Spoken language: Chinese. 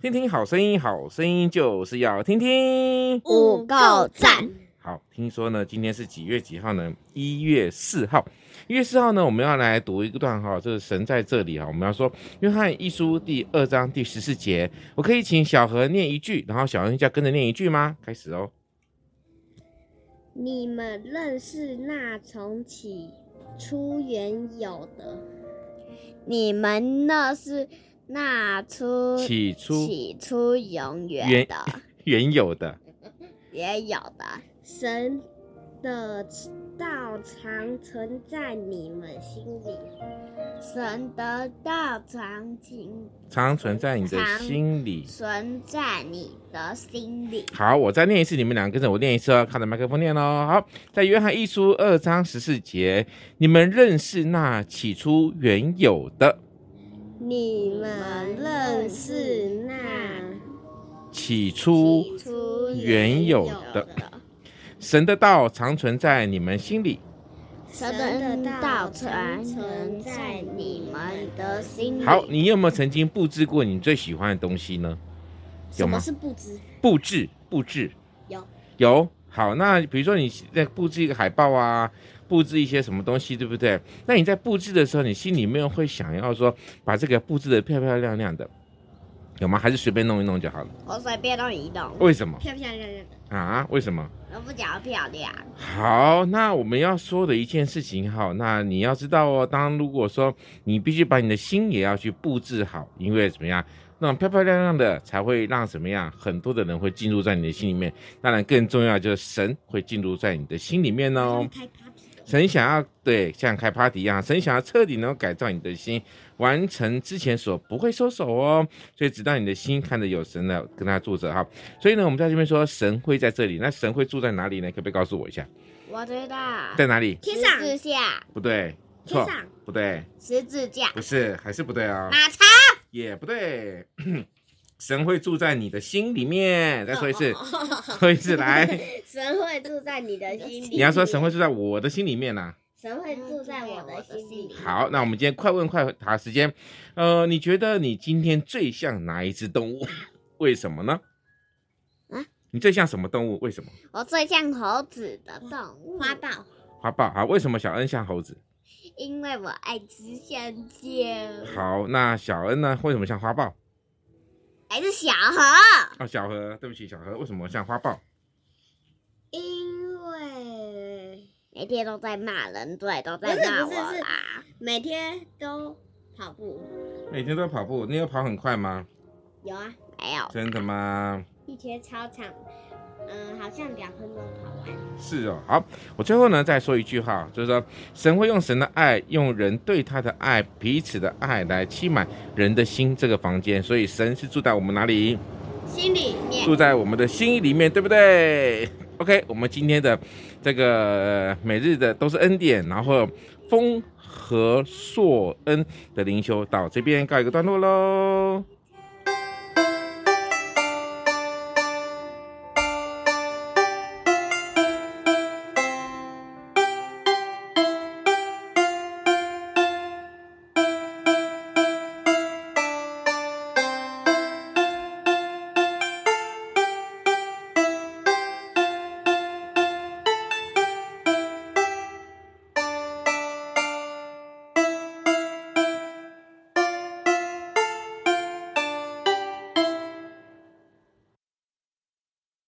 听听好声音，好声音就是要听听。五够赞，好，听说呢，今天是几月几号呢？一月四号。一月四号呢，我们要来读一段哈，这个神在这里哈，啊我们要说《约翰一书》第二章第十四节。我可以请小何念一句，然后小恩要跟着念一句吗？开始哦。你们认识那从起初原有的，你们那是那出起初起初永原远的，原有的也有的神的道常存在你们心里，神的道常存常存在你的常心里。存在你的心里。好，我再念一次，你们俩跟着我念一次哦，看着麦克风念喽。好，在约翰一书二章十四节，你们认识那起初原有的你们认识那起初起初原有的神的道常存在你们心里。神的道常存在你们的心里。好，，你有没有曾经布置过你最喜欢的东西呢？有什吗么？是不知？布置，布置，有有。好，那比如说你在布置一个海报啊，布置一些什么东西，对不对？那你在布置的时候，你心里面会想要说把这个布置的漂漂亮亮的，有吗？还是随便弄一弄就好了？我随便弄一弄，为什么漂漂亮亮的，啊？为什么？我不讲漂亮。好，那我们要说的一件事情，好，那你要知道哦，当如果说你必须把你的心也要去布置好，因为怎么样，那种漂漂亮亮的才会让怎么样，很多的人会进入在你的心里面。当然，更重要就是神会进入在你的心里面哦。开 party，神想要对像开 party 一样，神想要彻底能够改造你的心，完成之前所不会收手哦。所以直到你的心看着有神呢，跟他住着哈。所以呢，我们在这边说神会在这里，那神会住在哪里呢？可不可以告诉我一下，我知道。在哪里？十字架，不对，天错，上不对，十字架，不是，还是不对哦，马超。也不对。 神会住在你的心里面，再说一哦次， 说一次来。神会住在你的心你要说神会住在我的心里面啊啦、神会住在我的心里。好，那我们今天快问快答时间，呃，你觉得你今天最像哪一只动物？ 为什么呢？啊你最像什么动物？为什么？我最像猴子的动物，花豹，花豹好，为什么小恩像猴子？因为我爱吃香蕉。好，那小恩呢？为什么像花豹？还是小河，哦，小何，对不起，小何，为什么像花豹？因为每天都在骂人，对，都在不是骂不我啊是是啦。每天都跑步。每天都跑步，你有跑很快吗？有啊，没有，真的吗？一天操场，呃嗯，好像两分钟跑完。是哦，好，我最后呢再说一句哈，就是说神会用神的爱，用人对他的爱，彼此的爱来期满人的心这个房间，所以神是住在我们哪里？心里面住在我们的心里面，对不对？OK，我们 今天的这个呃每日的都是恩典，然后丰和硕恩的灵修到这边告一个段落喽。